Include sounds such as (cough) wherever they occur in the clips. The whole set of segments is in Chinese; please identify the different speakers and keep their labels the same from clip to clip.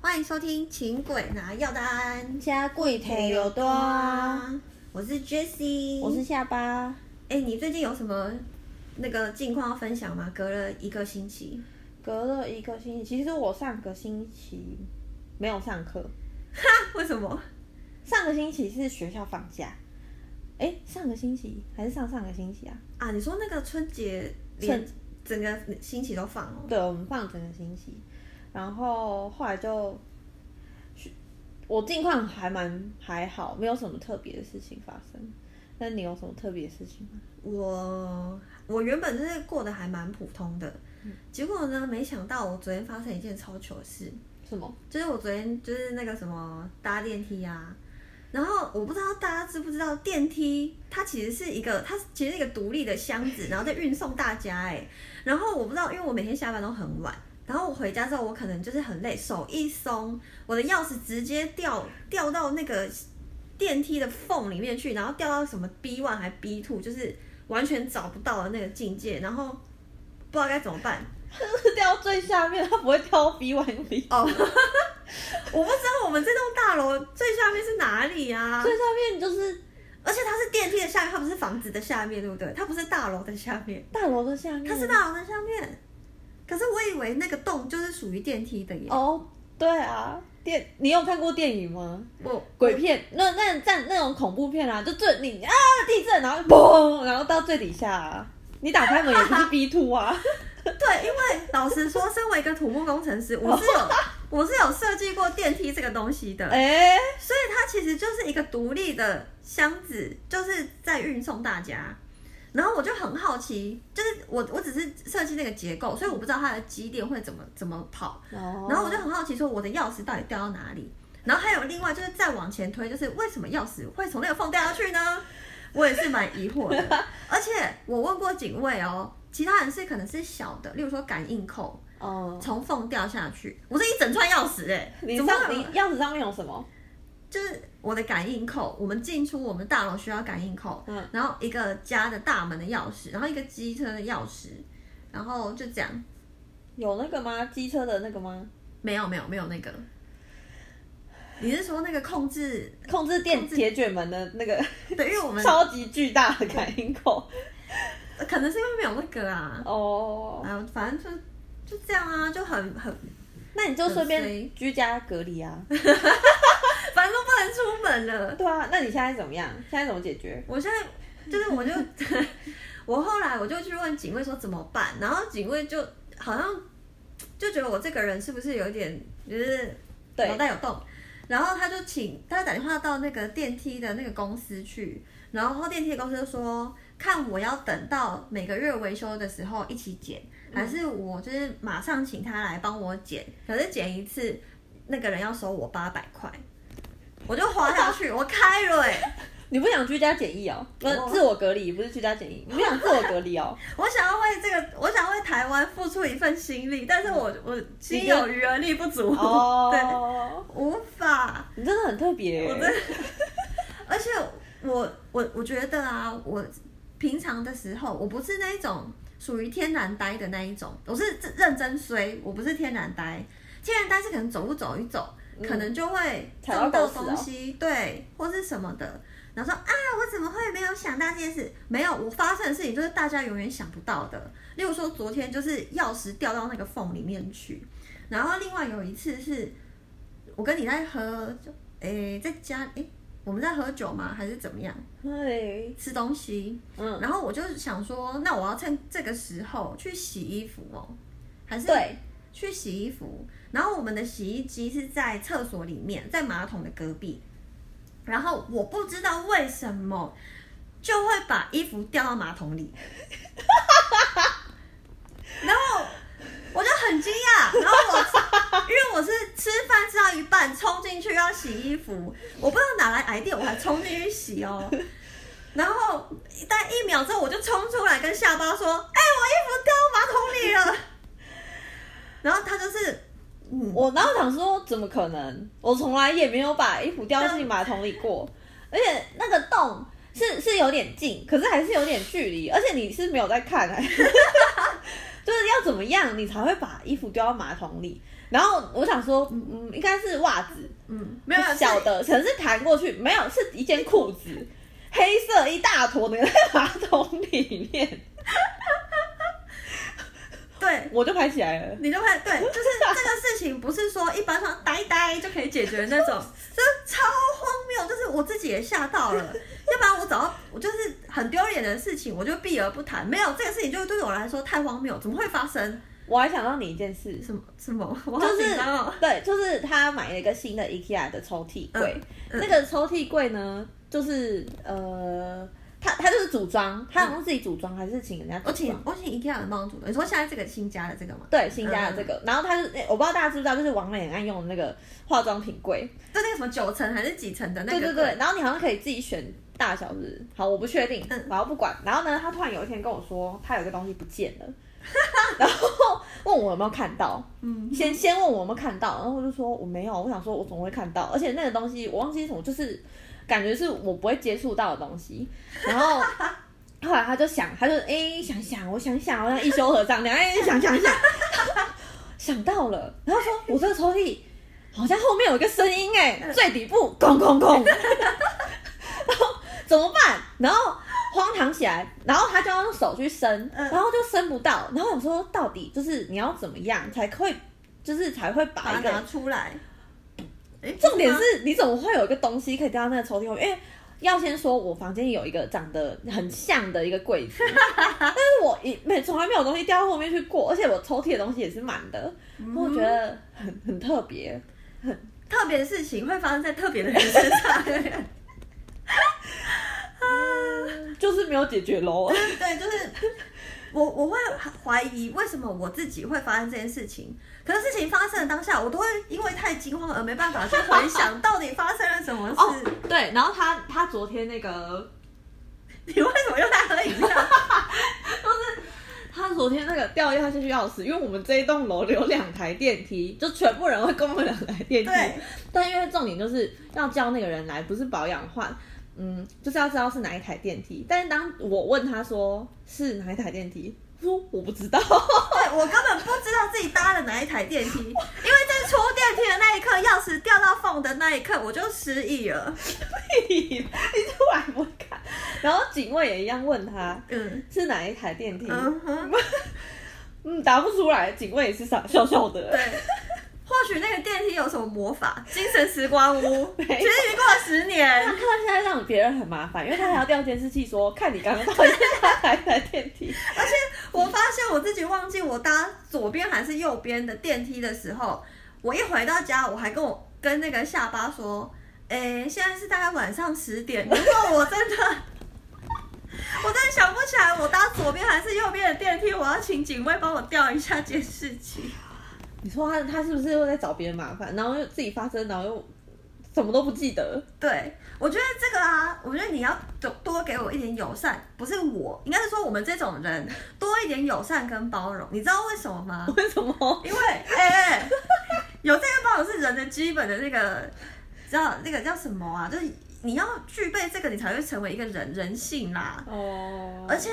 Speaker 1: 欢迎收听《请鬼拿药单》，
Speaker 2: 家柜腿有多啊？
Speaker 1: 我是 Jessie，
Speaker 2: 我是下巴。
Speaker 1: 哎、你最近有什么那个近况要分享吗？隔了一个星期，
Speaker 2: 隔了一个星期，其实我上个星期没有上课，
Speaker 1: 哈，啊为什么？
Speaker 2: 上个星期是学校放假。哎、上个星期还是上上个星期啊？
Speaker 1: 啊，你说那个春节连整个星期都放哦？
Speaker 2: 对，我们放整个星期，然后后来就，我近况还蛮还好，没有什么特别的事情发生。那你有什么特别的事情吗？
Speaker 1: 我我原本就是过得还蛮普通的，
Speaker 2: 嗯
Speaker 1: 结果呢，没想到我昨天发生一件超糗的事。
Speaker 2: 什么？ (laughs)
Speaker 1: 就是我昨天就是那个什么搭电梯啊，然后我不知道大家知不知道电梯它其实是一个它其实是一个独立的箱子，然后在运送大家哎、然后我不知道，因为我每天下班都很晚，然后我回家之后我可能就是很累，手一松，我的钥匙直接掉掉到那个电梯的缝里面去，然后掉到什么 B one 还 B two，就是完全找不到的那个境界，然后不知道该怎么办。
Speaker 2: 掉最下面，它不会掉到 B 完 B。
Speaker 1: 哦， (laughs) 我不知道我们这栋大楼最下面是哪里啊？
Speaker 2: 最下面就是
Speaker 1: 而且它是电梯的下面，它不是房子的下面，对不对？它不是大楼的下面，
Speaker 2: 大楼的下面。啊
Speaker 1: 它是大楼的下面。可是我以为那个洞就是属于电梯的耶。
Speaker 2: 哦，对啊，电，你有看过电影吗？
Speaker 1: 我
Speaker 2: 鬼片，那那那那种恐怖片啊，就最你啊地震，然后嘣，然后到最底下、啊，你打开门
Speaker 1: (laughs)
Speaker 2: 也不是 B two 啊，
Speaker 1: 对，因为老实说，身为一个土木工程师，我是有 (laughs) 我是有设计过电梯这个东西的，
Speaker 2: 哎、
Speaker 1: 所以它其实就是一个独立的箱子，就是在运送大家。然后我就很好奇，就是我我只是设计那个结构，所以我不知道它的机电会怎么怎么跑。
Speaker 2: 哦
Speaker 1: 然后我就很好奇，说我的钥匙到底掉到哪里？然后还有另外就是再往前推，就是为什么钥匙会从那个缝掉下去呢？我也是蛮疑惑的。
Speaker 2: (laughs)
Speaker 1: 而且我问过警卫哦，其他人是可能是小的，例如说感应扣
Speaker 2: 哦，
Speaker 1: 从缝掉下去，我是一整串钥匙哎、
Speaker 2: 你
Speaker 1: 怎么
Speaker 2: 上
Speaker 1: 会有
Speaker 2: 你钥匙上面有什么？
Speaker 1: 就是我的感应扣，我们进出我们大楼需要感应扣，
Speaker 2: 嗯
Speaker 1: 然后一个家的大门的钥匙，然后一个机车的钥匙，然后就这样，
Speaker 2: 有那个吗？机车的那个吗？
Speaker 1: 没有没有没有那个。你是说那个控制
Speaker 2: 控制电铁卷门的那个
Speaker 1: 对，因为我们
Speaker 2: (laughs) 超级巨大的感应口
Speaker 1: 可能是因为没有那个啊，
Speaker 2: 哦，
Speaker 1: 然后反正就就这样啊，就很很，
Speaker 2: 那你就顺
Speaker 1: 很衰
Speaker 2: 便居家隔离啊。
Speaker 1: 反正都不能出门了。
Speaker 2: 对啊，那你现在怎么样？现在怎么解决？
Speaker 1: 我现在就是
Speaker 2: (laughs)
Speaker 1: 我就我后来我就去问警卫说怎么办，然后警卫就好像就觉得我这个人是不是有一点就是
Speaker 2: 对
Speaker 1: 脑袋有洞，然后他就请他就打电话到那个电梯的那个公司去，然后电梯的公司就说看我要等到每个月维修的时候一起剪，还是我就是马上请他来帮我剪，可是剪一次那个人要收我八百块。我就滑下
Speaker 2: (laughs)
Speaker 1: 去，我开了哎、
Speaker 2: 你不想居家检疫哦？不是
Speaker 1: 我
Speaker 2: 自我隔离，不是居家检疫，你不想自我隔离
Speaker 1: (laughs)
Speaker 2: 哦？
Speaker 1: 我想要为这个，我想要为台湾付出一份心力，但是我我心有余而力不足， (laughs) 对，
Speaker 2: 哦，
Speaker 1: 无法。
Speaker 2: 你真的很特别
Speaker 1: 我
Speaker 2: 耶，
Speaker 1: 真的，而且我我我觉得啊，我平常的时候，我不是那一种属于天然呆的那一种，我是认真衰，我不是天然呆。天然呆是可能走路走一走，可能就会
Speaker 2: 踩
Speaker 1: 撞到
Speaker 2: 到狗屎哦
Speaker 1: 东西，对，或是什么的。然后说啊，我怎么会没有想到这件事？没有，我发生的事情就是大家永远想不到的。例如说，昨天就是钥匙掉到那个缝里面去，然后另外有一次是我跟你在喝，诶、在家，诶、我们在喝酒吗？还是怎么样？
Speaker 2: 对，
Speaker 1: 吃东西，
Speaker 2: 哎嗯，
Speaker 1: 然后我就想说，那我要趁这个时候去洗衣服哦，还是
Speaker 2: 对，
Speaker 1: 去洗衣服。然后我们的洗衣机是在厕所里面，在马桶的隔壁。然后我不知道为什么就会把衣服掉到马桶里， (laughs) 然后我就很惊讶，然后我因为我是吃饭吃到一半冲进去要洗衣服，我不知道哪来 idea，我还冲进去洗哦。然后大概一秒之后，我就冲出来跟下巴说：“哎、我衣服掉到马桶里了。”然后他就是，嗯，
Speaker 2: 我然后想说，怎么可能？我从来也没有把衣服掉进马桶里过，而且那个洞是是有点近，可是还是有点距离，而且你是啊
Speaker 1: (laughs)
Speaker 2: 没有在看、欸，就是要怎么样你才会把衣服丢到马桶里？然后我想说，嗯，应该是袜子，
Speaker 1: 嗯，没有没有
Speaker 2: 小
Speaker 1: 是
Speaker 2: 的，可是弹过去没有，是一件裤子，黑色一大坨，那个在马桶里面，
Speaker 1: 对，
Speaker 2: 我就拍起来了。
Speaker 1: 你就会对，就是这个事情不是说一般上呆呆就可以解决的那种，
Speaker 2: (laughs)
Speaker 1: 真的超荒谬，就是我自己也吓到了。 (laughs) 要不然我找到我就是很丢脸的事情，我就避而不谈。没有这个事情，就对我来说太荒谬，怎么会发生？
Speaker 2: 我还想到你一件事，
Speaker 1: 什么什么？我好
Speaker 2: 就是
Speaker 1: 紧张哦。
Speaker 2: 对，就是他买了一个新的 IKEA 的抽屉柜，
Speaker 1: 嗯嗯
Speaker 2: 那个抽屉柜呢，就是呃，他他就是组装，他好像自己组装还是请人家
Speaker 1: 我嗯
Speaker 2: 组
Speaker 1: 哦请
Speaker 2: 装。
Speaker 1: 我请 IKEA 的帮我煮的。你说现在这个新加的这个吗？
Speaker 2: 对，新加
Speaker 1: 嗯
Speaker 2: 的这个，然后他就，我不知道大家知不知道，就是王美很爱用的那个化妆品柜，
Speaker 1: 对，那个什么九层还是几层的那个？
Speaker 2: 对对对，。然后你好像可以自己选大小是不是好，我不确定，
Speaker 1: 嗯
Speaker 2: 然后不管。然后呢，他突然有一天跟我说，他有一个东西不见了， (laughs) 然后问我有没有看到，
Speaker 1: 嗯，
Speaker 2: 先先问我有没有看到，然后我就说我没有，我想说我怎么会看到？而且那个东西我忘记是什么，就是感觉是我不会接触到的东西。然后后来他就想，他就哎、诶想想，我想想，好像一休和尚那样，哎、想想想， (laughs) 想到了，然后说我这个抽屉好像后面有一个声音哎、最底部咚咚咚， (laughs) 然后怎么办？然后。荒唐起来，然后他就要用手去伸，
Speaker 1: 嗯
Speaker 2: 然后就伸不到，然后我说到底就是你要怎么样才会，就是才会把
Speaker 1: 把它
Speaker 2: 一个
Speaker 1: 拿出来。哎，
Speaker 2: 重点
Speaker 1: 吗
Speaker 2: 是你怎么会有一个东西可以掉到那个抽屉后面？因为要先说，我房间有一个长得很像的一个柜子，但是我一没从来没有东西掉到后面去过，而且我抽屉的东西也是满的，我觉得很很特别。
Speaker 1: 特别的事情会发生在特别的人身上。
Speaker 2: 就是没有解决
Speaker 1: (laughs)
Speaker 2: 喽。
Speaker 1: 对，就是我我会怀疑为什么我自己会发生这件事情。可是事情发生的当下，我都会因为太惊慌而没办法去回
Speaker 2: (laughs)
Speaker 1: 想到底发生了什么事。
Speaker 2: 哦，对，然后他他昨天那个，
Speaker 1: 你为什么又在喝饮料？ (laughs)
Speaker 2: 他昨天那个掉下去钥匙，因为我们这一栋楼有两台电梯，就全部人会共用两台电梯。
Speaker 1: 对，
Speaker 2: 但因为重点就是要叫那个人来，不是保养换，嗯，就是要知道是哪一台电梯。但是当我问他说是哪一台电梯，他说我不知道，
Speaker 1: 对我根本不知道自己搭了哪一台电梯，因为在出电梯的那一刻，钥匙掉到缝的那一刻，我就失忆了。
Speaker 2: 你突然不看。然后警卫也一样问他
Speaker 1: 嗯
Speaker 2: 是哪一台电梯，
Speaker 1: 嗯哼，
Speaker 2: 嗯，答不出来，警卫也是傻笑笑的。
Speaker 1: 对。或许那个电梯有什么魔法，精神时光屋，其实
Speaker 2: 没有
Speaker 1: 已经过了十年
Speaker 2: 他。他现在让别人很麻烦，因为他还要调监视器说看你刚刚到底是哪一台电梯。
Speaker 1: (laughs) 我发现我自己忘记我搭左边还是右边的电梯的时候，我一回到家，我还跟我跟那个下巴说，诶，现在是大概晚上十点，如果我真的， (laughs) 我真的想不起来我搭左边还是右边的电梯，我要请警卫帮我调一下监视器。
Speaker 2: 你说他他是不是又在找别人麻烦，然后又自己发生，然后又什么都不记得？
Speaker 1: 对，我觉得这个啊，我觉得你要多多给我一点友善，不是我，应该是说我们这种人多一点友善跟包容，你知道为什么吗？
Speaker 2: 为什么？
Speaker 1: 因为哎、哎，有这个包容是人的基本的那个，知道那个叫什么啊？就是你要具备这个，你才会成为一个人人性啦。
Speaker 2: 哦，
Speaker 1: 而且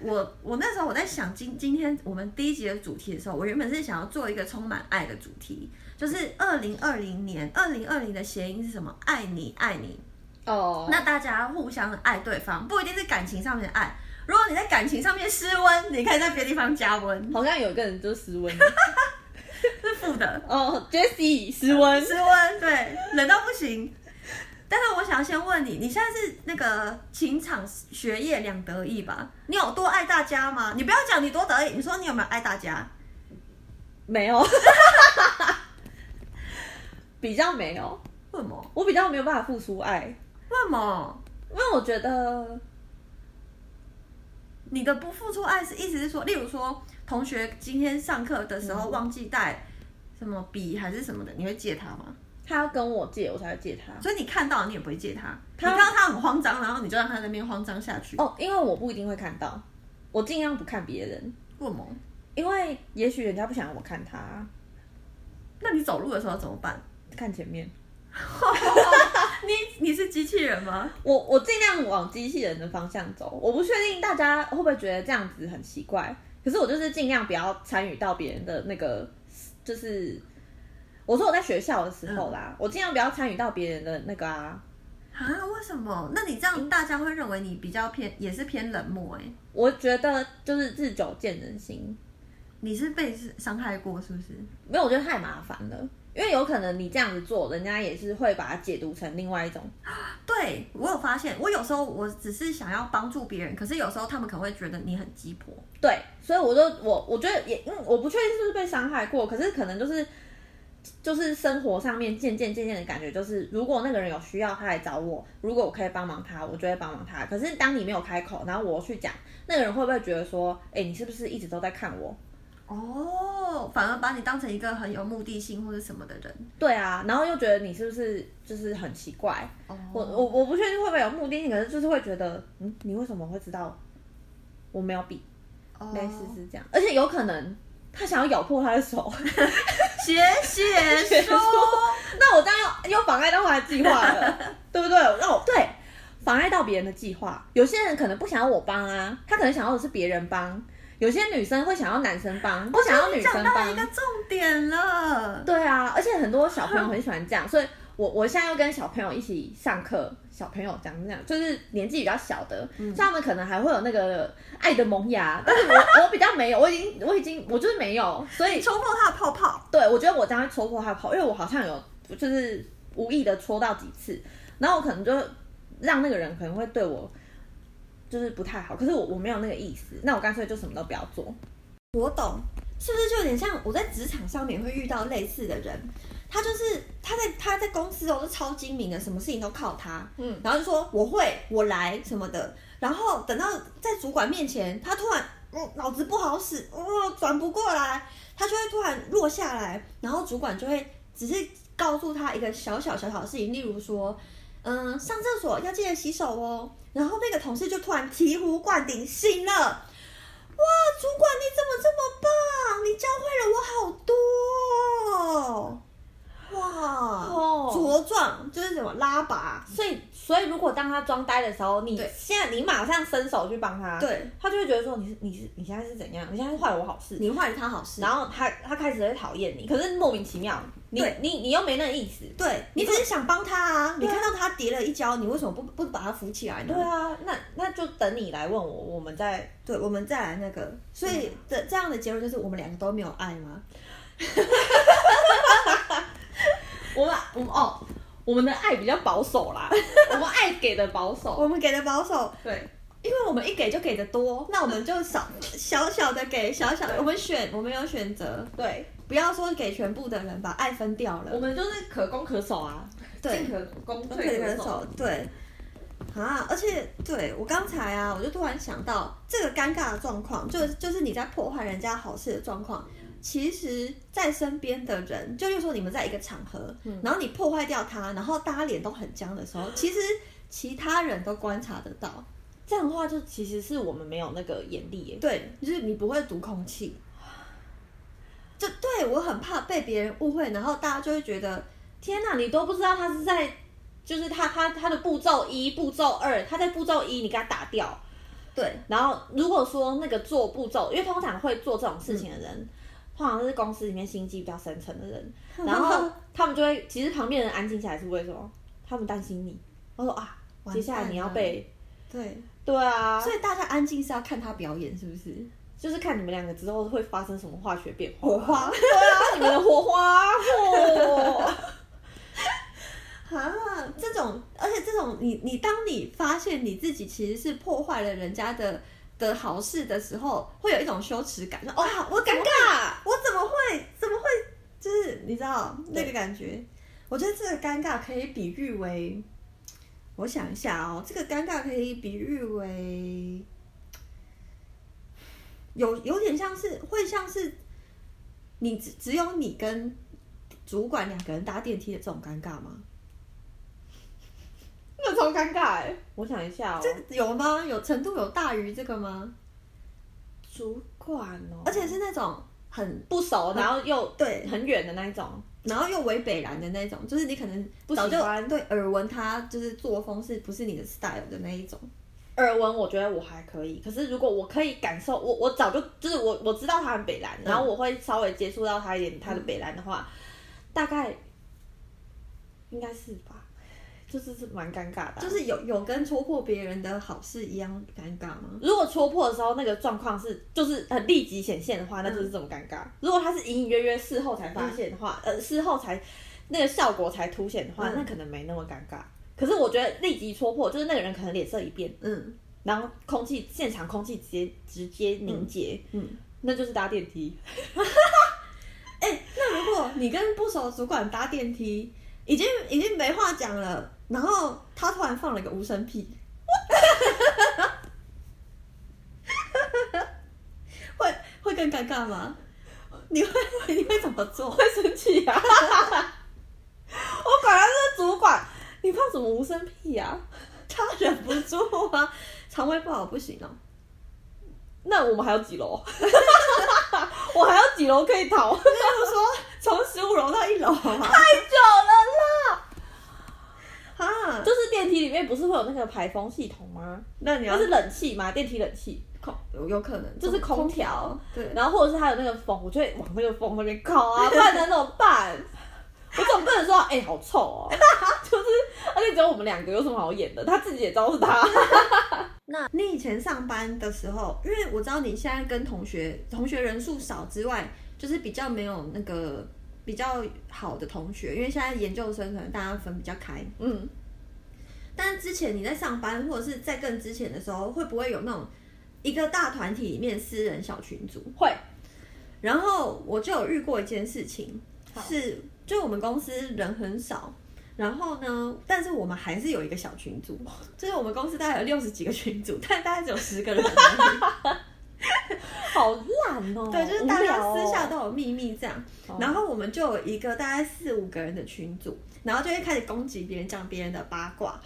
Speaker 1: 我我那时候我在想今今天我们第一集的主题的时候，我原本是想要做一个充满爱的主题，就是二零二零年，二零二零的谐音是什么？爱你，爱你。
Speaker 2: 哦，
Speaker 1: 那大家互相爱对方，不一定是感情上面的爱。如果你在感情上面失温，你可以在别的地方加温，
Speaker 2: 好像有一个人就是斯 (laughs) 文
Speaker 1: 是负的。
Speaker 2: 哦，Jesse 斯文
Speaker 1: 室温，对，冷到不行。但是我想要先问你，你现在是那个情场学业两得意吧？你有多爱大家吗？你不要讲你多得意，你说你有没有爱大家？
Speaker 2: 没有， (laughs) 比较没有，
Speaker 1: 为什么？
Speaker 2: 我比较没有办法付出爱，
Speaker 1: 为什么？
Speaker 2: 因为我觉得
Speaker 1: 你的不付出爱是意思是说，例如说同学今天上课的时候忘记带什么笔还是什么的，你会借他吗？
Speaker 2: 他要跟我借，我才会借他。
Speaker 1: 所以你看到你也不会借他，
Speaker 2: 他
Speaker 1: 你看到他很慌张，然后你就让他在那边慌张下去。
Speaker 2: 哦，因为我不一定会看到，我尽量不看别人，
Speaker 1: 为什么？
Speaker 2: 因为也许人家不想让我看他，
Speaker 1: 那你走路的时候怎么办？
Speaker 2: 看前面。
Speaker 1: 你你是机器人吗？
Speaker 2: 我我尽量往机器人的方向走，我不确定大家会不会觉得这样子很奇怪，可是我就是尽量不要参与到别人的那个，就是我说我在学校的时候啦，我尽量不要参与到别人的那个啊。
Speaker 1: 啊？为什么？那你这样大家会认为你比较偏，也是偏冷漠哎、
Speaker 2: 我觉得就是日久见人心，
Speaker 1: 你是被伤害过是不是？
Speaker 2: 没有，我觉得太麻烦了，因为有可能你这样子做，人家也是会把它解读成另外一种。
Speaker 1: 对我有发现，我有时候我只是想要帮助别人，可是有时候他们可能会觉得你很鸡婆。
Speaker 2: 对，所以我就我我觉得也，嗯，我不确定是不是被伤害过，可是可能就是就是生活上面渐渐渐渐的感觉，就是如果那个人有需要，他来找我，如果我可以帮忙他，我就会帮忙他。可是当你没有开口，然后我去讲，那个人会不会觉得说，哎、你是不是一直都在看我？
Speaker 1: 哦，反而把你当成一个很有目的性或者什么的人。
Speaker 2: 对啊，然后又觉得你是不是就是很奇怪？
Speaker 1: 哦，
Speaker 2: 我我我不确定会不会有目的性，可是就是会觉得，嗯，你为什么会知道我没有笔？
Speaker 1: 哦
Speaker 2: 类似是这样，而且有可能他想要咬破他的手。
Speaker 1: 写写 (laughs)
Speaker 2: 写
Speaker 1: 书
Speaker 2: 书， (laughs) 那我这样又又妨碍到他的计划了，对不对？那我对妨碍到别人的计划，有些人可能不想要我帮啊，他可能想要的是别人帮。有些女生会想要男生帮，不想要女
Speaker 1: 讲
Speaker 2: 生
Speaker 1: 到一个
Speaker 2: 帮。
Speaker 1: 重点了。
Speaker 2: 对啊，而且很多小朋友很喜欢这样，所以我我现在要跟小朋友一起上课，小朋友讲讲，就是年纪比较小的，
Speaker 1: 嗯
Speaker 2: 像他们可能还会有那个爱的萌芽，但是我我比较没有，我已经我已经我就是没有，所以
Speaker 1: 戳破他的泡泡，
Speaker 2: 对，我觉得我这样戳破他的泡，因为我好像有就是无意的戳到几次，然后我可能就让那个人可能会对我就是不太好，可是我我没有那个意思，那我干脆就什么都不要做。
Speaker 1: 我懂，是不是就有点像我在职场上面会遇到类似的人？他就是他在他在公司哦都超精明的，什么事情都靠他，
Speaker 2: 嗯，
Speaker 1: 然后就说我会我来什么的，然后等到在主管面前，他突然嗯脑子不好使，哦转不过来，他就会突然落下来，然后主管就会只是告诉他一个小小小小的事情，例如说。嗯，上厕所要记得洗手哦。然后那个同事就突然醍醐灌顶醒了，哇，主管你怎么这么棒？你教会了我好多哦，哇，
Speaker 2: 哦
Speaker 1: 茁壮就是什么拉拔，
Speaker 2: 所以所以如果当他装呆的时候，你
Speaker 1: 对
Speaker 2: 现在你马上伸手去帮他，
Speaker 1: 对，
Speaker 2: 他就会觉得说你是你是你现在是怎样，你现在是坏我好事。
Speaker 1: 你坏了他好事。
Speaker 2: 然后他他开始会讨厌你，可是莫名其妙，你
Speaker 1: 对
Speaker 2: 你你又没那个意思，
Speaker 1: 对你只是想帮他啊，你看到他跌了一跤，你为什么不不把他扶起来呢？
Speaker 2: 对啊，那那就等你来问我，我们再
Speaker 1: 对，我们再来那个，所以
Speaker 2: 嗯
Speaker 1: 的、这样的结论就是我们两个都没有爱吗？
Speaker 2: 我们我们哦，我们的爱比较保
Speaker 1: (laughs)
Speaker 2: 守啦，我们爱给的保守。
Speaker 1: 我们给的保守，
Speaker 2: 对，
Speaker 1: 因为我们一给就给的多，那我们就少小小的给小小的，我们选我们有选择，
Speaker 2: 对，
Speaker 1: 不要说给全部的人把爱分掉了
Speaker 2: 我。们就是可攻可守啊，
Speaker 1: 对
Speaker 2: 进可攻，
Speaker 1: 都可以
Speaker 2: 退
Speaker 1: 分
Speaker 2: 可
Speaker 1: 手
Speaker 2: 守。，
Speaker 1: 对。啊，而且对我刚才啊，我就突然想到这个尴尬的状况，就就是你在破坏人家好事的状况。其实，在身边的人，就例如说你们在一个场合，然后你破坏掉他，然后大家脸都很僵的时候，其实其他人都观察得到。
Speaker 2: 这样的话，就其实是我们没有那个眼力耶。
Speaker 1: 对，就是你不会读空气。就对我很怕被别人误会，然后大家就会觉得
Speaker 2: 天哪，你都不知道他是在，就是他他他的步骤一、步骤二，他在步骤一你给他打掉，
Speaker 1: 对
Speaker 2: 然后如果说那个做步骤，因为通常会做这种事情的人，通常是公司里面心机比较深沉的人，
Speaker 1: (laughs)
Speaker 2: 然后他们就会，其实旁边人安静下来是为什么？他们担心你，他说啊，
Speaker 1: 完
Speaker 2: 接下来
Speaker 1: 蛋
Speaker 2: 你要
Speaker 1: 了
Speaker 2: 被，
Speaker 1: 对，
Speaker 2: 对啊，
Speaker 1: 所以大家安静是要看他表演，是不是？
Speaker 2: 就是看你们两个之后会发生什么化学变
Speaker 1: (laughs)
Speaker 2: 化。
Speaker 1: 火花
Speaker 2: 对啊，你们的火花，哦、
Speaker 1: 啊，这种，而且这种你你当你发现你自己其实是破坏了人家的的好事的时候，会有一种羞耻感，说哦，我尴尬，我怎么会怎么会，就是你知道那个感觉。我觉得这个尴尬可以比喻为，我想一下哦，这个尴尬可以比喻为，有有点像是会像是你只只有你跟主管两个人搭电梯的这种尴尬吗？
Speaker 2: (laughs) 那超尴尬哎。我想一下哦，
Speaker 1: 这个有吗？有程度有大于这个吗？
Speaker 2: 主管哦，
Speaker 1: 而且是那种很
Speaker 2: 不熟，然后又
Speaker 1: 对，
Speaker 2: 很远的那一种，
Speaker 1: 然后又为北然的那种，就是你可能
Speaker 2: 不
Speaker 1: 早
Speaker 2: 喜
Speaker 1: 就
Speaker 2: 欢
Speaker 1: 对耳闻他就是作风是不是你的 style 的那一种，
Speaker 2: 耳闻，我觉得我还可以。可是如果我可以感受，我我
Speaker 1: 嗯
Speaker 2: 早就就是我我知道他很北蓝，然后我会稍微接触到他一点他的北蓝的话，大概应该是吧，就是是蛮尴尬的啊、
Speaker 1: 就是有有跟戳破别人的好事一样尴尬吗？
Speaker 2: 如果戳破的时候那个状况是就是很立即显现的
Speaker 1: 嗯
Speaker 2: 话，那就是这么尴尬。如果他是隐隐约约事后才发现的话，呃，事后才那个效果才凸显的话，
Speaker 1: 嗯
Speaker 2: 那可能没那么尴尬。可是我觉得立即戳破，就是那个人可能脸色一变，
Speaker 1: 嗯
Speaker 2: 然后空气现场空气直接直接凝结，
Speaker 1: 嗯。
Speaker 2: 那就是搭电梯。
Speaker 1: 哎、那如果你跟不熟主管搭电梯，已经已经没话讲了，然后他突然放了一个无声屁， (laughs) 会会更尴尬吗？你会你会怎么做？
Speaker 2: (laughs) 会生气啊！我管他是主管，你放什么无声屁啊？
Speaker 1: 他忍不住啊，肠胃不好不行哦、
Speaker 2: 那我们还有几 (laughs) 楼？我还有几楼可以逃？
Speaker 1: 他就说从十五楼到一楼啊，
Speaker 2: 太久了啦！
Speaker 1: 啊，
Speaker 2: 就是电梯里面不是会有那个排风系统吗？
Speaker 1: 那你要
Speaker 2: 就是冷气嘛，电梯冷气，
Speaker 1: 空有有可能
Speaker 2: 就是空
Speaker 1: 空
Speaker 2: 调，
Speaker 1: 对，
Speaker 2: 然后或者是它有那个风，我就会往那个风那边靠啊， (laughs) 不然能怎么办？我总不能说哎、好臭哦， (laughs) 就是而且只有我们两个，有什么好演的？他自己也知道
Speaker 1: (laughs)
Speaker 2: 是他。
Speaker 1: 那你以前上班的时候，因为我知道你现在跟同学同学人数少之外，就是比较没有那个比较好的同学，因为现在研究生可能大家分比较开。
Speaker 2: 嗯，
Speaker 1: 但之前你在上班或者是在更之前的时候，会不会有那种一个大团体里面私人小群组？
Speaker 2: 会，
Speaker 1: 然后我就有遇过一件事情，
Speaker 2: 好
Speaker 1: 是就我们公司人很少，然后呢，但是我们还是有一个小群组，就是我们公司大概有六十几个群组，但大概只有十个人而已。
Speaker 2: 好烂哦。
Speaker 1: 对，就是
Speaker 2: 无
Speaker 1: 大家
Speaker 2: 聊哦
Speaker 1: 私下都有秘密这样。
Speaker 2: 哦
Speaker 1: 然后我们就有一个大概四五个人的群组，然后就会开始攻击别人，讲别人的八卦。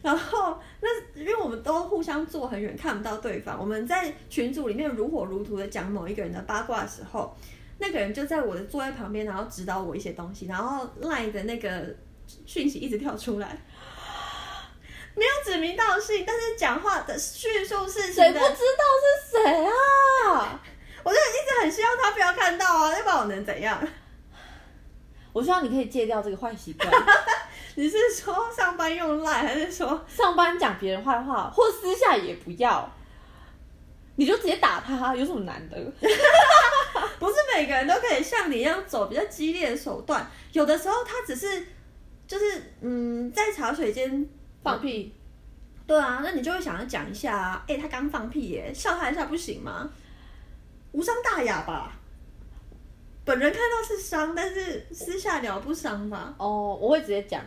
Speaker 1: 然后那因为我们都互相坐很远，看不到对方。我们在群组里面如火如荼的讲某一个人的八卦的时候，那个人就在我的座位旁边，然后指导我一些东西，然后赖的那个讯息一直跳出来。 (laughs) 没有指名道姓，但是讲话的叙述事
Speaker 2: 谁
Speaker 1: 情
Speaker 2: 不
Speaker 1: 的
Speaker 2: 知道是谁啊？
Speaker 1: 我就一直很希望他不要看到啊，要不然我能怎样？ (laughs)
Speaker 2: 我希望你可以戒掉这个坏习
Speaker 1: (laughs)
Speaker 2: 惯，
Speaker 1: 你是说上班用赖，还是说
Speaker 2: 上班讲别人坏话，或私下也不要，你就直接打他，有什么难的？
Speaker 1: 不是每个人都可以像你一样走比较激烈的手段？有的时候他只是就是嗯，在茶水间，
Speaker 2: 放屁！
Speaker 1: 对啊，那你就会想要讲一下啊，哎、他刚放屁耶，笑他一下不行吗？无伤大雅吧。本人看到是伤，但是私下聊不伤吧？
Speaker 2: 哦，我会直接讲。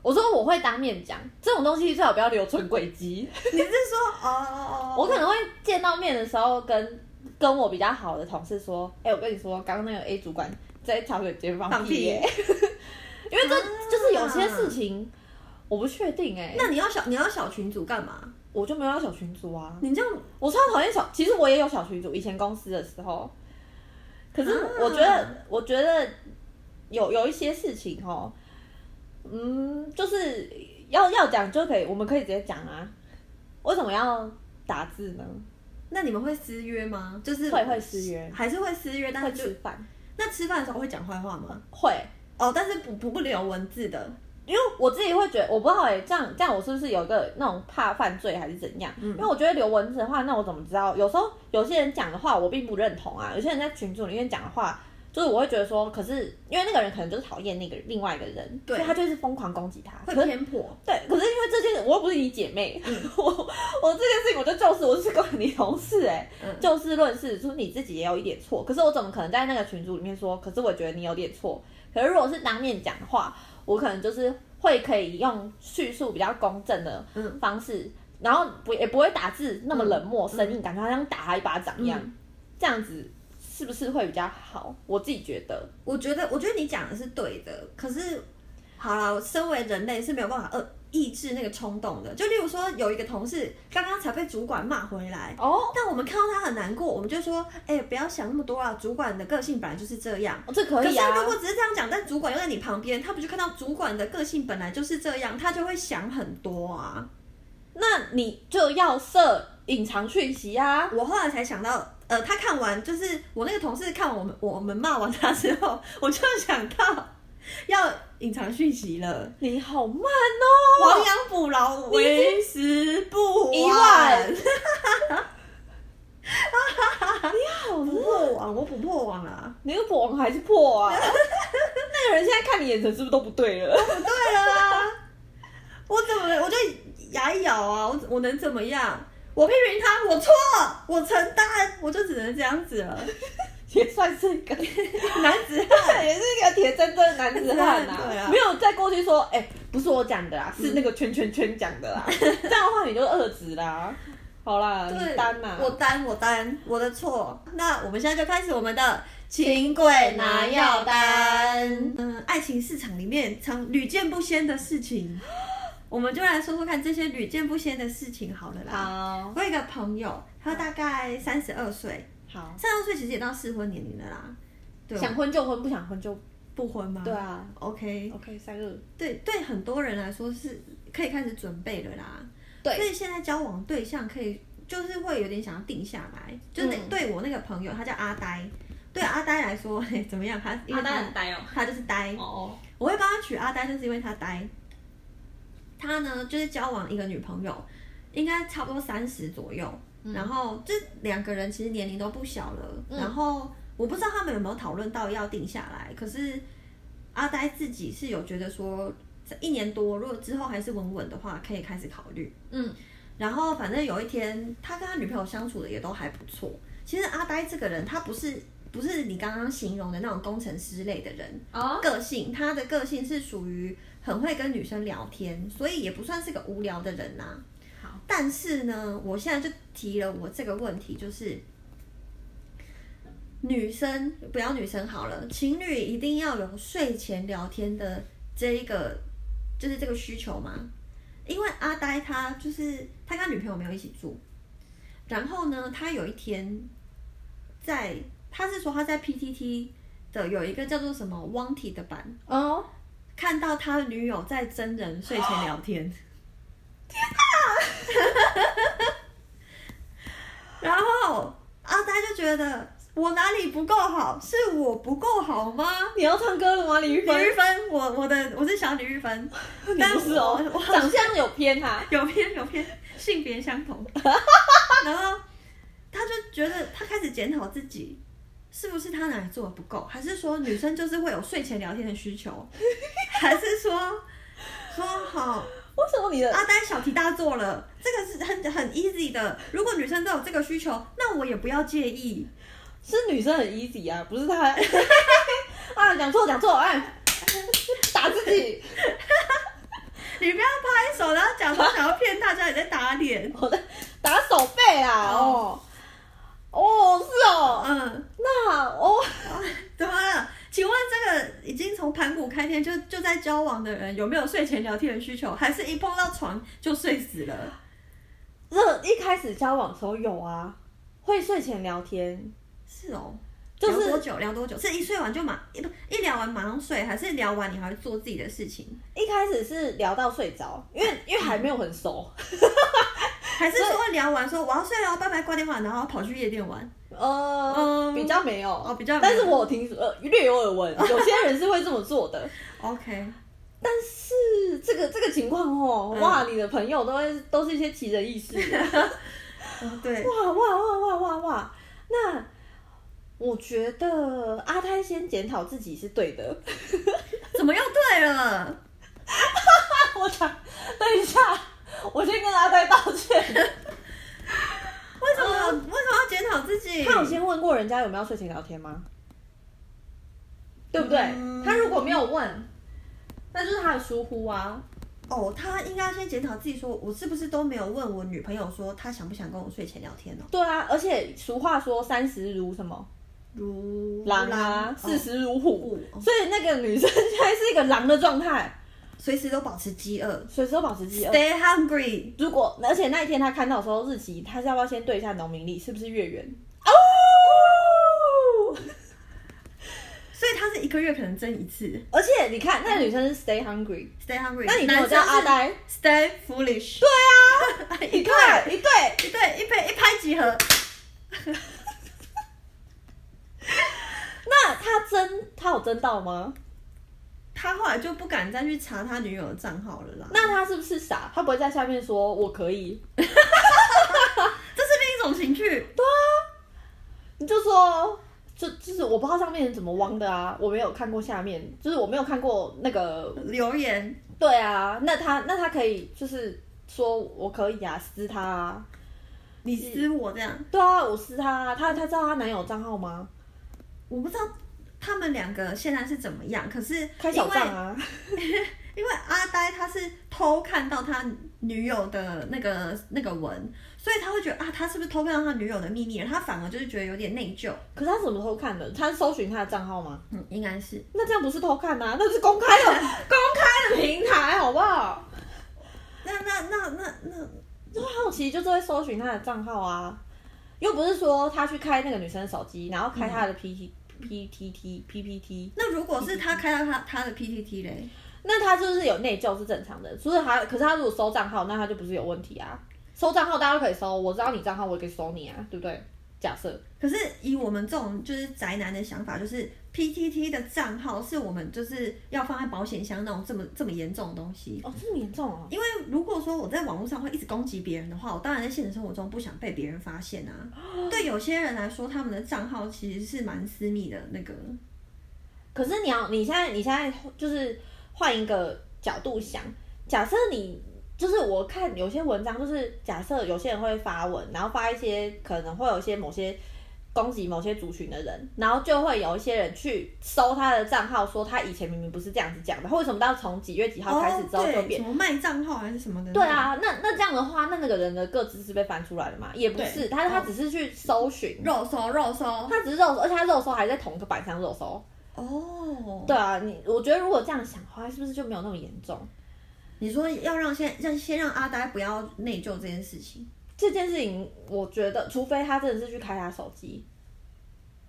Speaker 2: 我说我会当面讲这种东西，最好不要留存轨迹。
Speaker 1: 你是说哦哦哦，
Speaker 2: 我可能会见到面的时候跟跟我比较好的同事说，哎、我跟你说，刚刚那个 A 主管在茶水间放
Speaker 1: 放
Speaker 2: 屁
Speaker 1: 屁啊
Speaker 2: 耶、 (laughs) 因为这、就是有些事情我不确定哎、
Speaker 1: 那你要小你要小群组干嘛？
Speaker 2: 我就没有要小群组啊。
Speaker 1: 你这样
Speaker 2: 我超讨厌小，其实我也有小群组，以前公司的时候。可是
Speaker 1: 啊
Speaker 2: 我觉得，我觉得有有一些事情哦，嗯，就是要要讲就可以，我们可以直接讲啊。为什么要打字呢？
Speaker 1: 那你们会私约吗？就是
Speaker 2: 会会私约
Speaker 1: 还是会私约，但
Speaker 2: 会
Speaker 1: 是
Speaker 2: 吃
Speaker 1: 就
Speaker 2: 饭，
Speaker 1: 那吃饭的时候会讲坏话吗？
Speaker 2: 会，
Speaker 1: 哦，但是不不不留文字的，
Speaker 2: 因为我自己会觉得，我不知道哎、这样这样我是不是有一个那种怕犯罪还是怎样？
Speaker 1: 嗯
Speaker 2: 因为我觉得留文字的话，那我怎么知道？有时候有些人讲的话我并不认同啊，有些人在群组里面讲的话，就是我会觉得说，可是因为那个人可能就是讨厌那个另外一个人，
Speaker 1: 对
Speaker 2: 所以他就是疯狂攻击他。
Speaker 1: 会
Speaker 2: 可是
Speaker 1: 偏嗯颇。
Speaker 2: 对，可是因为这件事，我又不是你姐妹， (laughs) 我我这件事情我就就事，我是跟你同事哎、
Speaker 1: 嗯
Speaker 2: 就事论事，说你自己也有一点错。可是我怎么可能在那个群组里面说？可是我觉得你有点错。可是如果是当面讲的话，我可能就是会可以用叙述比较公正的
Speaker 1: 嗯
Speaker 2: 方式，然后不也不会打字那么冷漠生硬，感觉好像打他一巴掌一样。
Speaker 1: 嗯
Speaker 2: 这样子是不是会比较好？我自己觉得，
Speaker 1: 我觉得，我觉得你讲的是对的，可是好了，身为人类是没有办法呃抑制那个冲动的。就例如说，有一个同事刚刚才被主管骂回来。
Speaker 2: 哦，
Speaker 1: 但我们看到他很难过，我们就说：“哎、不要想那么多啊，主管的个性本来就是这样。”
Speaker 2: 这可以啊
Speaker 1: 是。如果只是这样讲，但主管又在你旁边，他不就看到主管的个性本来就是这样，他就会想很多啊。
Speaker 2: 那你就要设隐藏讯息啊。
Speaker 1: 我后来才想到，呃，他看完就是我那个同事看完我们我们骂完他之后，我就想到，要隐藏讯息了。
Speaker 2: 你好慢
Speaker 1: 亡
Speaker 2: 哦，
Speaker 1: 羊补牢，为时不
Speaker 2: 一
Speaker 1: 晚
Speaker 2: 万。啊
Speaker 1: 我 (laughs) 不破网，我不破网啊！
Speaker 2: 你那个破网还是破啊？ (laughs) 那个人现在看你眼神是不是都不对了？ (laughs)
Speaker 1: 对了啊，我怎么我就牙一咬啊，我我能怎么样？我批评他，我错，我承担，我就只能这样子了。
Speaker 2: 也算是一个， (laughs)
Speaker 1: 男子
Speaker 2: 也是一个铁铮铮的男子汉呐、
Speaker 1: (laughs) 对啊
Speaker 2: 没有再过去说，哎、不是我讲的啦，是那个圈圈圈讲的啦。 (laughs) 这样的话你就二职啦。好啦，
Speaker 1: 嗯对
Speaker 2: 你单嘛，
Speaker 1: 我担，我担，我的错。那我们现在就开始我们的请鬼拿药单。嗯，爱情市场里面常屡见不鲜的事情，我们就来说说看这些屡见不鲜的事情好了啦。
Speaker 2: 好
Speaker 1: 我有一个朋友，他大概三十二岁，
Speaker 2: 好
Speaker 1: 三十二岁其实也到适婚年龄了啦。对，
Speaker 2: 想婚就婚，不想婚就
Speaker 1: 不婚吗？
Speaker 2: 对啊。
Speaker 1: OK，
Speaker 2: OK 三个
Speaker 1: 对对，很多人来说是可以开始准备了啦。
Speaker 2: 对
Speaker 1: 所以现在交往对象可以就是会有点想要定下来，就是那
Speaker 2: 嗯
Speaker 1: 对我那个朋友，他叫阿呆，对阿呆来说、 (laughs) 嘿怎么样？他因为他
Speaker 2: 呆哦。
Speaker 1: 他就是呆，
Speaker 2: 哦，
Speaker 1: 我会帮他取阿呆，就是因为他呆。他呢，就是交往一个女朋友，应该差不多三十左右，然后这两个人其实年龄都不小了，
Speaker 2: 嗯
Speaker 1: 然后我不知道他们有没有讨论到要定下来，可是阿呆自己是有觉得说，这一年多如果之后还是稳稳的话，可以开始考虑。
Speaker 2: 嗯，
Speaker 1: 然后反正有一天，他跟他女朋友相处的也都还不错。其实阿呆这个人，他不是不是你刚刚形容的那种工程师类的人，
Speaker 2: 哦，
Speaker 1: 个性，他的个性是属于很会跟女生聊天，所以也不算是个无聊的人呐、
Speaker 2: 好，
Speaker 1: 但是呢，我现在就提了我这个问题，就是女生不要女生好了，情侣一定要有睡前聊天的这一个，就是这个需求吗？因为阿呆他就是他跟他女朋友没有一起住，然后呢，他有一天在他是说他在 PTT 的有一个叫做什么 Wanted 的版，
Speaker 2: 哦，
Speaker 1: 看到他女友在真人睡前聊天。天哪！然后阿呆就觉得我哪里不够好，是我不够好吗？
Speaker 2: 你要唱歌了吗？李玉
Speaker 1: 李
Speaker 2: 芬，
Speaker 1: 玉芬，我我的我是小李玉芬，
Speaker 2: 你
Speaker 1: 但
Speaker 2: 不是哦
Speaker 1: 我我， (laughs)
Speaker 2: 长相有偏啊哈。
Speaker 1: 有偏有偏，性别相同。然后他就觉得他开始检讨自己，是不是他哪里做的不够，还是说女生就是会有睡前聊天的需求，还是说说好
Speaker 2: 为什么你的
Speaker 1: 阿呆小题大做了？这个是很很 easy 的，如果女生都有这个需求，那我也不要介意。
Speaker 2: 是女生很 easy 啊，不是她。 (laughs) 啊，讲错讲错，哎， (laughs) 打自己， (laughs)
Speaker 1: 你不要拍手，然后假装想要骗大家，你在打脸。
Speaker 2: 我在打手背啊，哦，哦是哦，
Speaker 1: 嗯，
Speaker 2: 那哦，
Speaker 1: 怎么了？请问这个已经从盘古开天就就在交往的人，有没有睡前聊天的需求？还是一碰到床就睡死了？
Speaker 2: 这一开始交往的时候有啊，会睡前聊天，
Speaker 1: 是哦，
Speaker 2: 就是
Speaker 1: 聊多久聊多久？是一睡完就马一不一聊完马上睡，还是聊完你还会做自己的事情？
Speaker 2: 一开始是聊到睡着，因为因为还没有很熟，
Speaker 1: 还是说聊完说我要睡了，拜拜挂电话，然后跑去夜店玩？
Speaker 2: 呃，
Speaker 1: 嗯
Speaker 2: 比较没有，
Speaker 1: 哦比较没有
Speaker 2: 但是我有听说呃略有耳
Speaker 1: (laughs)
Speaker 2: 闻，有些人是会这么做的，
Speaker 1: OK，
Speaker 2: 但是这个这个情况哦，
Speaker 1: 嗯
Speaker 2: 哇，你的朋友都会都是一些奇人异事，
Speaker 1: 嗯对，
Speaker 2: 哇哇哇哇哇哇！那我觉得阿泰先检讨自己是对的。 (laughs)
Speaker 1: 怎么又对了？
Speaker 2: 我想等一下，我先跟阿泰道歉。
Speaker 1: 为什么、为什么要检讨自己？
Speaker 2: 他有先问过人家有没有睡前聊天吗？对不对？
Speaker 1: 嗯
Speaker 2: 他如果没有问，那就是他的疏忽啊。
Speaker 1: 哦，他应该先检讨自己说，我是不是都没有问我女朋友说她想不想跟我睡前聊天哦？
Speaker 2: 对啊，而且俗话说三十如什么
Speaker 1: 如
Speaker 2: 狼啊，四
Speaker 1: 哦
Speaker 2: 十如虎，
Speaker 1: 哦
Speaker 2: 所以那个女生现在是一个狼的状态，
Speaker 1: 随时都保持饥饿
Speaker 2: 随时都保持饥饿。
Speaker 1: ，Stay hungry。
Speaker 2: 如果而且那一天他看到的时候日期，他是要不要先对一下农民历是不是月圆？哦，
Speaker 1: 所以他是一个月可能蒸一次
Speaker 2: 而且你看那个女生是 stay hungry，
Speaker 1: ，Stay hungry。
Speaker 2: 那你朋友叫阿呆，
Speaker 1: ，Stay foolish。
Speaker 2: 对
Speaker 1: (laughs)
Speaker 2: 啊，
Speaker 1: 一
Speaker 2: 一
Speaker 1: 对
Speaker 2: 对一对，
Speaker 1: 对对，一拍一拍即合。
Speaker 2: 那他争他有争到吗？
Speaker 1: 他后来就不敢再去查他女友的账号了啦。
Speaker 2: 那他是不是傻？他不会在下面说我可以，
Speaker 1: 这是另一种情趣，
Speaker 2: 你就说，就就是我不知道上面人怎么汪的啊，我没有看过下面，就是我没有看过那个，
Speaker 1: 留言
Speaker 2: 对啊，那他那他可以就是说我可以啊，撕他啊，
Speaker 1: 你撕我这样，
Speaker 2: 对啊，我撕他啊，他他知道他男友账号吗？
Speaker 1: 我不知道他们两个现在是怎么样。可是
Speaker 2: 开
Speaker 1: 因
Speaker 2: 小
Speaker 1: 为
Speaker 2: 账啊，
Speaker 1: 因为阿呆他是偷看到他女友的那个那个文，所以他会觉得啊，他是不是偷看到他女友的秘密了？他反而就是觉得有点内疚。
Speaker 2: 可是他怎么偷看的？他是搜寻他的账号吗？
Speaker 1: 嗯，应该是。
Speaker 2: 那这样不是偷看啊，那是公开的 (laughs) 公开的平台，好不好？
Speaker 1: 那那那那那，
Speaker 2: 就啊好奇就是会搜寻他的账号啊，又不是说他去开那个女生的手机，然后开他的 P T、P T T P P T，
Speaker 1: 那如果是他开到他他的 PTT 嘞？
Speaker 2: 那他就是有内疚是正常的，所以他可是他如果收账号，那他就不是有问题啊。收账号大家都可以收，我知道你账号，我也可以收你啊，对不对？假设
Speaker 1: 可是以我们这种就是宅男的想法，就是 PTT 的账号是我们就是要放在保险箱那种这么这么严重的东西。
Speaker 2: 哦，这么严重哦，
Speaker 1: 因为如果说我在网络上会一直攻击别人的话，我当然在现实生活中不想被别人发现啊。
Speaker 2: 哦
Speaker 1: 对有些人来说，他们的账号其实是蛮私密的那个。
Speaker 2: 可是你要，你现在你现在就是换一个角度想，假设你就是我看有些文章，就是假设有些人会发文，然后发一些可能会有一些某些攻击某些族群的人，然后就会有一些人去搜他的账号，说他以前明明不是这样子讲的，为什么到从几月几
Speaker 1: 啊
Speaker 2: 号开始之后就
Speaker 1: 对，
Speaker 2: 变？
Speaker 1: 什么卖账号还是什么的。
Speaker 2: 哦对，啊，那那这样的话，那那个人的个资是被翻出来的嘛？也不是，
Speaker 1: 对
Speaker 2: 他他
Speaker 1: 哦
Speaker 2: 只是去搜寻，
Speaker 1: 肉搜肉搜。
Speaker 2: 他只是肉搜，而且他肉搜还在同一个板上肉搜。
Speaker 1: 哦，
Speaker 2: 对啊，你我觉得如果这样想的话，是不是就没有那么严重？
Speaker 1: 你说要让先让先让阿呆不要内疚这件事情。
Speaker 2: 这件事情，我觉得除非他真的是去开他手机，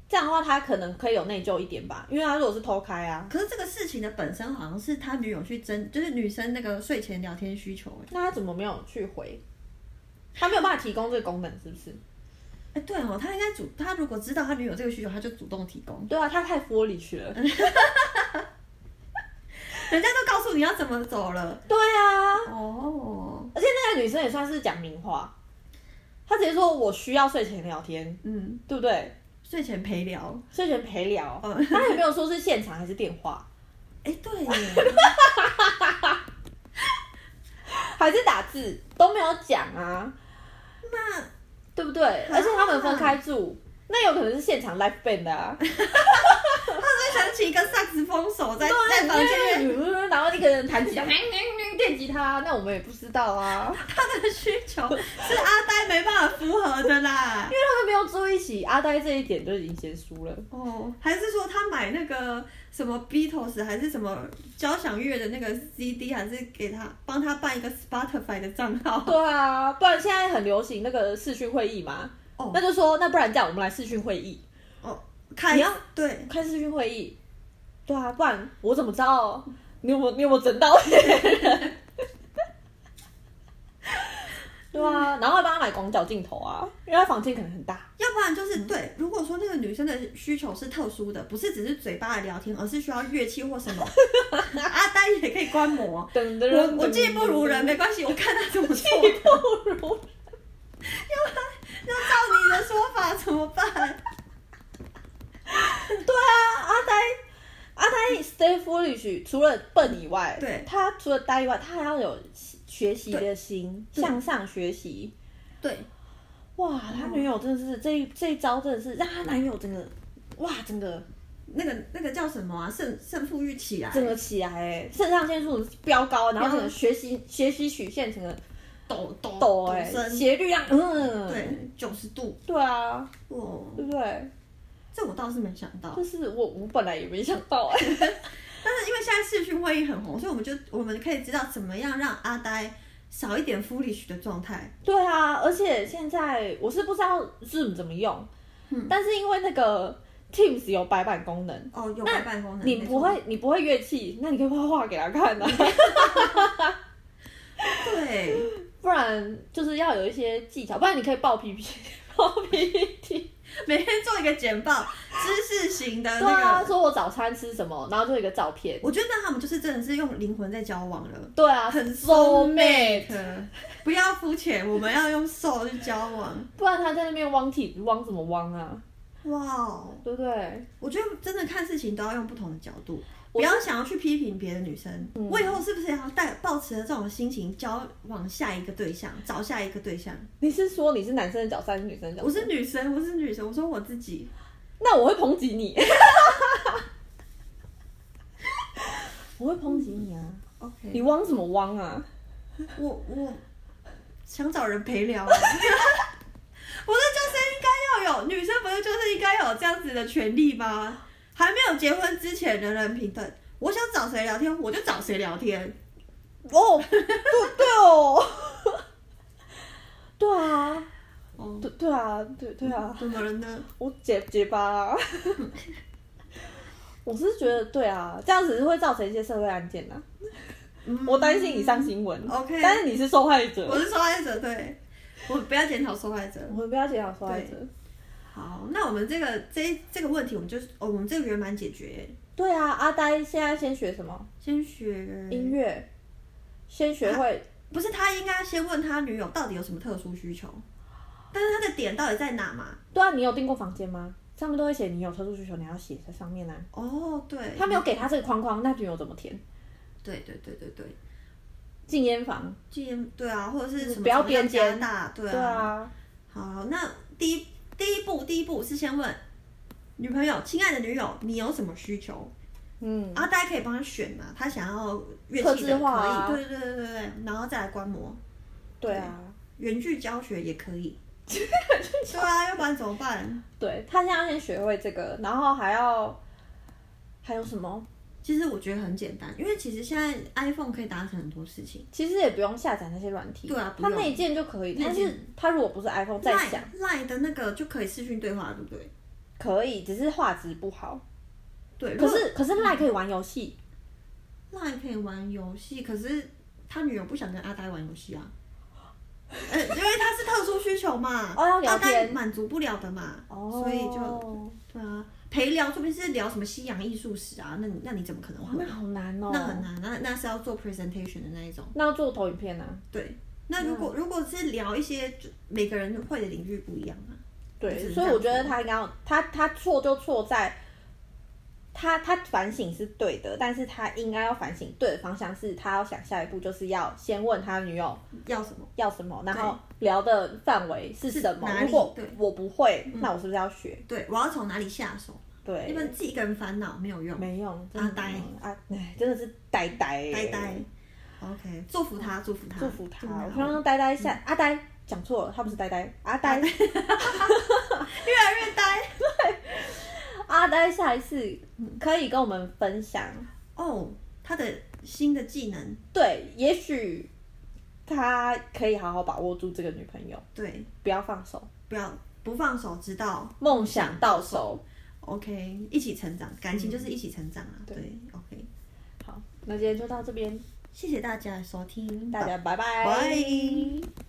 Speaker 2: 这样的话他可能可以有内疚一点吧，因为他如果是偷开啊，
Speaker 1: 可是这个事情的本身好像是他女友去争，就是女生那个睡前聊天需求、欸。
Speaker 2: 那他怎么没有去回？他没有办法提供这个功能，是不是？
Speaker 1: 哎、对哦，他应该主他如果知道他女友这个需求，他就主动提供。
Speaker 2: 对啊，他太玻璃去了。 (laughs)
Speaker 1: 人家都告诉你要怎么走了。
Speaker 2: 对啊，
Speaker 1: 哦，
Speaker 2: 而且那个女生也算是讲明话，她直接说我需要睡前聊天，
Speaker 1: 嗯，
Speaker 2: 对不对？
Speaker 1: 睡前陪聊。
Speaker 2: 睡前陪聊，
Speaker 1: 嗯
Speaker 2: 她也没有说是现场还是电话，
Speaker 1: 哎、 (laughs) 对耶，
Speaker 2: 还是打字都没有讲啊。
Speaker 1: 那啊
Speaker 2: 对不对？而且他们分开住，那有可能是现场 live band 的啊，
Speaker 1: 他想起一个萨克斯风手 (laughs) 在在
Speaker 2: 对，啊
Speaker 1: 房间里，
Speaker 2: 呃然后一个人弹吉他， (laughs) 电吉他，那我们也不知道
Speaker 1: (laughs)
Speaker 2: 啊，因
Speaker 1: 他的需求是阿呆没办法符合的啦。
Speaker 2: 为他们没有住一起，阿呆这一点就已经先输了。
Speaker 1: 哦，还是说他买那个什么 Beatles 还是什么交响乐的那个 CD，还是给他帮他办一个 Spotify 的账号？
Speaker 2: 对啊，不然现在很流行那个视讯会议嘛，
Speaker 1: 哦
Speaker 2: 那就说那不然这样，我们来视讯会议，
Speaker 1: 哦，看
Speaker 2: 你要
Speaker 1: 对，
Speaker 2: 开视讯会议。对啊，不然我怎么知道你有没有你有没有整到别人？对啊，然后还帮他买广角镜头啊，因为他房间可能很大。
Speaker 1: 要不然就是对。如果说那个女生的需求是特殊的，不是只是嘴巴的聊天，而是需要乐器或什 (laughs) 么，阿呆也可以观摩。
Speaker 2: 等的
Speaker 1: 我我技不如人，没关系，我看他怎
Speaker 2: (laughs)
Speaker 1: 么做。要
Speaker 2: 不如
Speaker 1: 照你的说法怎么办？
Speaker 2: 对啊，阿呆阿呆 stay foolish，除了笨以外，
Speaker 1: 对
Speaker 2: 他除了呆以外，他还要有学习的心，
Speaker 1: 对
Speaker 2: 向上学习。
Speaker 1: 对，
Speaker 2: 哇，他女友真的是这一这一招真的是让他男友整个哇整个
Speaker 1: 那个那个叫什么啊？胜胜负欲起来，
Speaker 2: 整个起来哎、肾上腺素飙高，然后整个学习学习曲线整个
Speaker 1: 抖抖
Speaker 2: 抖哎、
Speaker 1: 身
Speaker 2: 斜率让嗯
Speaker 1: 对，九十度。
Speaker 2: 对啊，
Speaker 1: 哦，
Speaker 2: 对不对？
Speaker 1: 这我倒是没想到
Speaker 2: 就。是我我本来也没想到哎、 (laughs)
Speaker 1: 但是因为现在视讯会议很红，所以我们就我们可以知道怎么样让阿呆少一点 foolish 的状态。
Speaker 2: 对啊，而且现在我是不知道 Zoom 怎么用，
Speaker 1: 嗯
Speaker 2: 但是因为那个 Teams 有白板功能，
Speaker 1: 哦，有
Speaker 2: 那
Speaker 1: 白板功能，
Speaker 2: 你
Speaker 1: 没错
Speaker 2: 不会你不会乐器，那你可以画画给他
Speaker 1: (laughs)
Speaker 2: 看啊，
Speaker 1: 对，
Speaker 2: 不然就是要有一些技巧，不然你可以爆 PPT，抄 PPT。
Speaker 1: (laughs) 每天做一个简报，知识型的
Speaker 2: 对啊，
Speaker 1: 那个。
Speaker 2: 说我早餐吃什么，然后就一个照片。
Speaker 1: 我觉得他们就是真的是用灵魂在交往了。
Speaker 2: 对啊，
Speaker 1: 很
Speaker 2: soul
Speaker 1: soulmate
Speaker 2: mate
Speaker 1: 不要肤浅，我们要用 soul 去交往。
Speaker 2: 不然他在那边汪体汪什么汪啊，
Speaker 1: 哇哦，
Speaker 2: 对不对？
Speaker 1: 我觉得真的看事情都要用不同的角度，
Speaker 2: 我
Speaker 1: 不要想要去批评别的女生。我以后是不是也要带抱持着这种心情交往下一个对象，找下一个对象？
Speaker 2: 你是说你是男生的角色还是女生的角色？
Speaker 1: 我是女生，我是女生，我说我自己，
Speaker 2: 那我会抨击你， (laughs) 我会抨击你啊！你
Speaker 1: OK，
Speaker 2: 汪什么汪啊？
Speaker 1: 我我想找人陪聊啊。 (laughs) 不是，就是应该要有女生，不是就是应该有这样子的权利吗？还没有结婚之前，人人平等。我想找谁聊天，我就找谁聊天。
Speaker 2: 哦，对对哦， (laughs) 对啊，
Speaker 1: 哦，
Speaker 2: 对对啊，对对啊，
Speaker 1: 怎么了呢？
Speaker 2: 我结结巴啊！ (laughs) 我是觉得对啊，这样子会造成一些社会案件呐、啊
Speaker 1: 嗯
Speaker 2: 我担心你上新闻
Speaker 1: OK
Speaker 2: 但是你是受害者，
Speaker 1: 我是受害者，对，我不要检讨受害者。
Speaker 2: 我们不要检讨受害者。
Speaker 1: 好，那我们这个这一这个问题，我们就是、哦、我们这个圆满解决，
Speaker 2: 对啊，阿呆现在先学什么？
Speaker 1: 先学
Speaker 2: 音乐，先学会
Speaker 1: 不是他应该先问他女友到底有什么特殊需求，但是他的点到底在哪嘛？
Speaker 2: 对啊，你有订过房间吗？上面都会写你有特殊需求，你要写在上面啊。
Speaker 1: 哦，对，
Speaker 2: 他没有给他这个框框，那女友怎么填？
Speaker 1: 对对对对对，
Speaker 2: 禁烟房。
Speaker 1: 戒烟对啊，或者是什么
Speaker 2: 不要
Speaker 1: 什么样
Speaker 2: 边界
Speaker 1: 加拿大，对啊。
Speaker 2: 对啊，
Speaker 1: 好，那第一第一步第一步是先问女朋友，亲爱的女友，你有什么需求？
Speaker 2: 嗯，
Speaker 1: 然后大家可以帮他选嘛，他想要乐
Speaker 2: 客
Speaker 1: 器
Speaker 2: 制
Speaker 1: 的可以，
Speaker 2: 化啊
Speaker 1: 对对对对对，然后再来观摩，
Speaker 2: 对啊，
Speaker 1: 远距教学也可
Speaker 2: (laughs)
Speaker 1: 以。对啊，要不然怎么办？
Speaker 2: 对他现在要先学会这个，然后还要还有什么？
Speaker 1: 其实我觉得很简单，因为其实现在 iPhone 可以达成很多事情。
Speaker 2: 其实也不用下载那些软体，
Speaker 1: 对啊不
Speaker 2: 它
Speaker 1: 用
Speaker 2: 内建就可以。但
Speaker 1: 内
Speaker 2: 是
Speaker 1: 建
Speaker 2: 它如果不是 iPhone 再想
Speaker 1: Line Line 的那个就可以视讯对话，对不对？
Speaker 2: 可以，只是画质不好。
Speaker 1: 对，
Speaker 2: 可是可是 Line 可以玩游戏，
Speaker 1: 如果 Line 可以玩游戏，可是他女友不想跟阿呆玩游戏啊。呃，因为他是特殊需求嘛，
Speaker 2: 哦要聊
Speaker 1: 阿呆
Speaker 2: 天
Speaker 1: 满足不了的嘛，
Speaker 2: 哦，
Speaker 1: 所以就对啊，陪聊说不定是聊什么西洋艺术史啊，那你那你怎么可能会
Speaker 2: 那？好难哦，
Speaker 1: 那很难，那那是要做 presentation 的那一种。
Speaker 2: 那要做投影片啊，
Speaker 1: 对，那如果、如果是聊一些就每个人会的领域不一样啊，就
Speaker 2: 对，
Speaker 1: 是
Speaker 2: 所
Speaker 1: 这
Speaker 2: 以
Speaker 1: 样
Speaker 2: 我觉得
Speaker 1: 子
Speaker 2: 他应该要他他错就错在，他他反省是对的，但是他应该要反省对的方向是，他要想下一步就是要先问他女友
Speaker 1: 要什么？
Speaker 2: 要什么，然后聊的范围是
Speaker 1: 是
Speaker 2: 什么
Speaker 1: 哪。里
Speaker 2: 如果
Speaker 1: 对嗯
Speaker 2: 我不会，那我是不是要学？
Speaker 1: 对我要从哪里下手？
Speaker 2: 对
Speaker 1: 因，为自己一个人烦恼没有用，
Speaker 2: 没用，真的
Speaker 1: 呆
Speaker 2: 没用啊，哎，真的是呆呆
Speaker 1: 呆
Speaker 2: 欸
Speaker 1: 呆。OK，祝嗯福他，祝福他，
Speaker 2: 祝福他，我刚
Speaker 1: 越
Speaker 2: 刚呆呆下阿呆讲错了，他不是呆呆，阿呆
Speaker 1: 啊
Speaker 2: (laughs)
Speaker 1: 来越呆。
Speaker 2: 阿啊呆下一次可以跟我们分享。
Speaker 1: 哦，他的新的技能，
Speaker 2: 对，也许他可以好好把握住这个女朋友，
Speaker 1: 对，
Speaker 2: 不要放手，
Speaker 1: 不要不放手，直到
Speaker 2: 梦想到手。
Speaker 1: 嗯 OK，一起成长，感情就是一起成长啊。
Speaker 2: 对
Speaker 1: 对，OK，
Speaker 2: 好，那今天就到这边，
Speaker 1: 谢谢大家的收听，
Speaker 2: 大家拜拜。
Speaker 1: 拜。